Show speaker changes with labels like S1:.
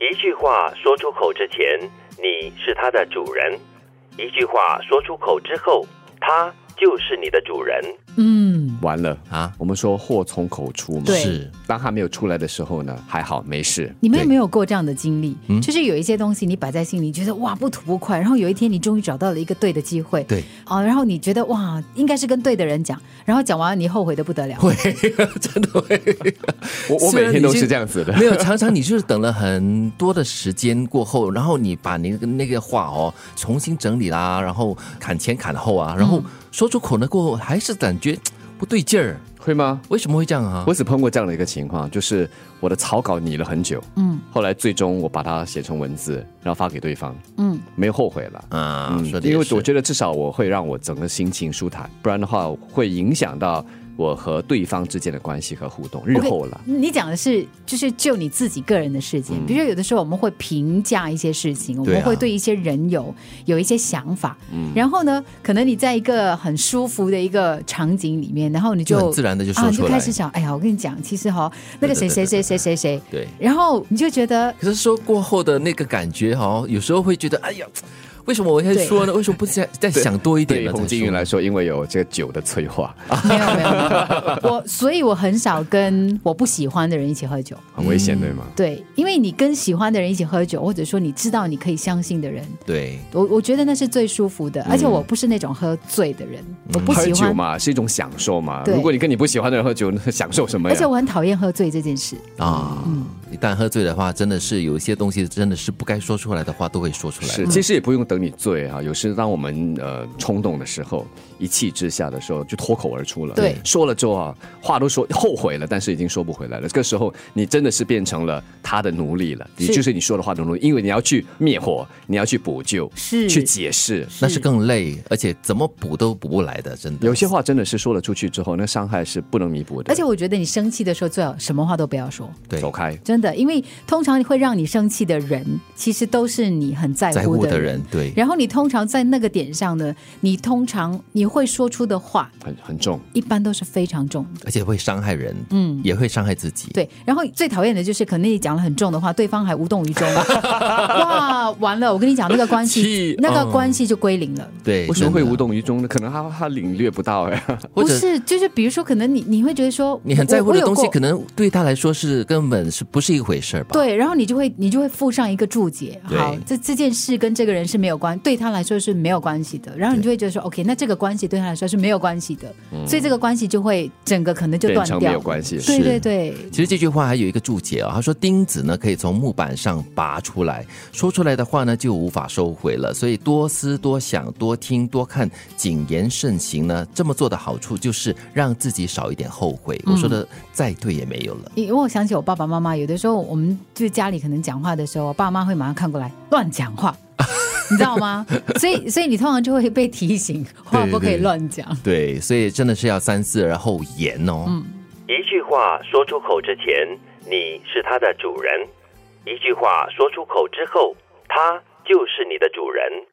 S1: 一句话说出口之前，你是它的主人；一句话说出口之后，它就是你的主人。
S2: 嗯，
S3: 完了
S4: 啊，
S3: 我们说祸从口出嘛，
S2: 对
S4: 是
S3: 当它没有出来的时候呢，还好没事。
S2: 你们有
S4: 对嗯
S2: 没有过这样的经历？就是有一些东西你摆在心里，觉得哇不吐不快，然后有一天你终于找到了一个对的机会，
S4: 对，
S2: 啊、然后你觉得哇应该是跟对的人讲，然后讲完你后悔的不得了。
S4: 会真的会。
S3: 我我
S4: 虽
S3: 每
S4: 然
S3: 天
S4: 你
S3: 都
S4: 已经
S3: 是这样子的
S4: 没有，常常你就是等了很多的时间过后，然后你把你那个那个话哦重新整理啦，然后砍前砍后啊，然后
S3: 嗯
S4: 说出口呢过后，还是感觉嘖不对劲儿，
S3: 会吗？
S4: 为什么会这样啊
S3: 我？只碰过这样的一个情况，就是我的草稿拟了很久，
S2: 嗯
S3: 后来最终我把它写成文字，然后发给对方，
S2: 嗯，
S3: 没有后悔了。
S4: 啊，
S3: 嗯
S4: 说，的
S3: 因为
S4: 也是
S3: 我觉得至少我会让我整个心情舒坦，不然的话会影响到我和对方之间的关系和互动。日后了，
S2: 你讲的是就是就你自己个人的事情，比如说有的时候我们会评价一些事情，我
S4: 嗯对
S2: 们
S4: 啊嗯
S2: 会对一些人有有一些想法，然后呢，可能你在一个很舒服的一个场景里面，然后你就
S4: 就很自然地就说
S2: 啊，你
S4: 出
S2: 就
S4: 来
S2: 开始想，哎呀，我跟你讲，其实哈、那个谁谁谁谁谁谁，
S4: 对。
S2: 然后你就觉得
S4: 可是说过后的那个感觉哦，有时候会觉得，哎呀，嘖为什么我会
S2: 对
S4: 说呢？为什么不再再想多一
S3: 对
S4: 点
S3: 于
S4: 呢？
S3: 洪
S4: 再
S3: 金
S4: 说
S3: 云
S4: 呢
S3: 来说，因为有这个酒的催化，
S2: 没有没有，没有我所以我很少跟我不喜欢的人一起喝酒。
S3: 很危
S2: 嗯
S3: 险，对吗？
S2: 对，因为你跟喜欢的人一起喝酒，或者说你知道你可以相信的人，
S4: 对，
S2: 我我觉得那是最舒服的。而且我不是那种喝醉的人，我不
S3: 喝
S2: 喜
S3: 酒
S2: 欢，
S3: 嘛是一种享受嘛。
S2: 对
S3: 如果你跟你不喜欢的人喝酒，那享受什么
S2: 而
S3: 呀？
S2: 且我很讨厌喝醉这件事。
S3: 嗯
S4: 啊，一旦喝醉的话，真的是有一些东西真的是不该说出来的话都会说出来。
S3: 是，其实也不用等你醉啊，有时当我们呃冲动的时候，一气之下的时候，就脱口而出了。
S2: 对
S3: 说了之后啊，话都说后悔了，但是已经说不回来了。这个时候，你真的是变成了他的奴隶了，也
S2: 是
S3: 就是你说的话的奴隶，因为你要去灭火，你要去补救，
S2: 是
S3: 去解释。
S4: 那是更累，而且怎么补都补不来的，真的。
S3: 有些话真的是说了出去之后，那伤害是不能弥补的。
S2: 而且我觉得你生气的时候，最好什么话都不要说。
S4: 对
S3: 走开，
S2: 真的，因为通常会让你生气的人，其实都是你很在
S4: 在
S2: 乎
S4: 乎的
S2: 的
S4: 人，对，
S2: 然后你通常在那个点上呢，你通常你会说出的话，
S3: 很很重。
S2: 一般都是非常重的。
S4: 而且会伤害人，嗯，也会伤害自己。
S2: 对，然后最讨厌的就是，可能你讲了很重的话，对方还无动于衷。 哇，完了！我跟你讲，那个关系
S4: 气，
S2: 那个
S4: 嗯
S2: 关系就归零了。
S4: 对，
S3: 为什么会
S4: 真的
S3: 无？动于衷呢？可能他他领略不到哎，
S4: 或
S2: 不
S4: 者
S2: 是，就是比如说，可能你你会觉得说，
S4: 你很在乎
S2: 我我
S4: 的
S2: 有
S4: 东西，
S2: 过
S4: 可能对他来说是根本是不是一回事儿吧？，
S2: 对，然后你就会你就会附上一个注解，
S4: 对
S2: 好，这这件事跟这个人是没有关，对他来说是没有关系的。然后你就会觉得说，OK，那这个关系对他来说是没有关系的，
S4: 嗯
S2: 所以这个关系就会整个可能就
S3: 变
S2: 断
S3: 成没
S2: 掉。
S3: 有关系。
S2: 对对对，
S4: 其实这句话还有一个注解啊、他说钉子呢可以从木板上拔出来，说出来的话呢就无法收回了。所以多思、多想、多听、多看，谨言慎行呢，这么做的好处就是让自己少一点后悔。我说的再对也没有了。
S2: 因为我想起我爸爸妈妈，有的时候我们就家里可能讲话的时候，我爸妈会马上看过来乱讲话，你知道吗？所以所以你通常就会被提醒，话不可以乱讲。
S4: 对，所以真的是要三思而后言哦。
S1: 一句话说出口之前，你是它的主人；一句话说出口之后，它就是你的主人。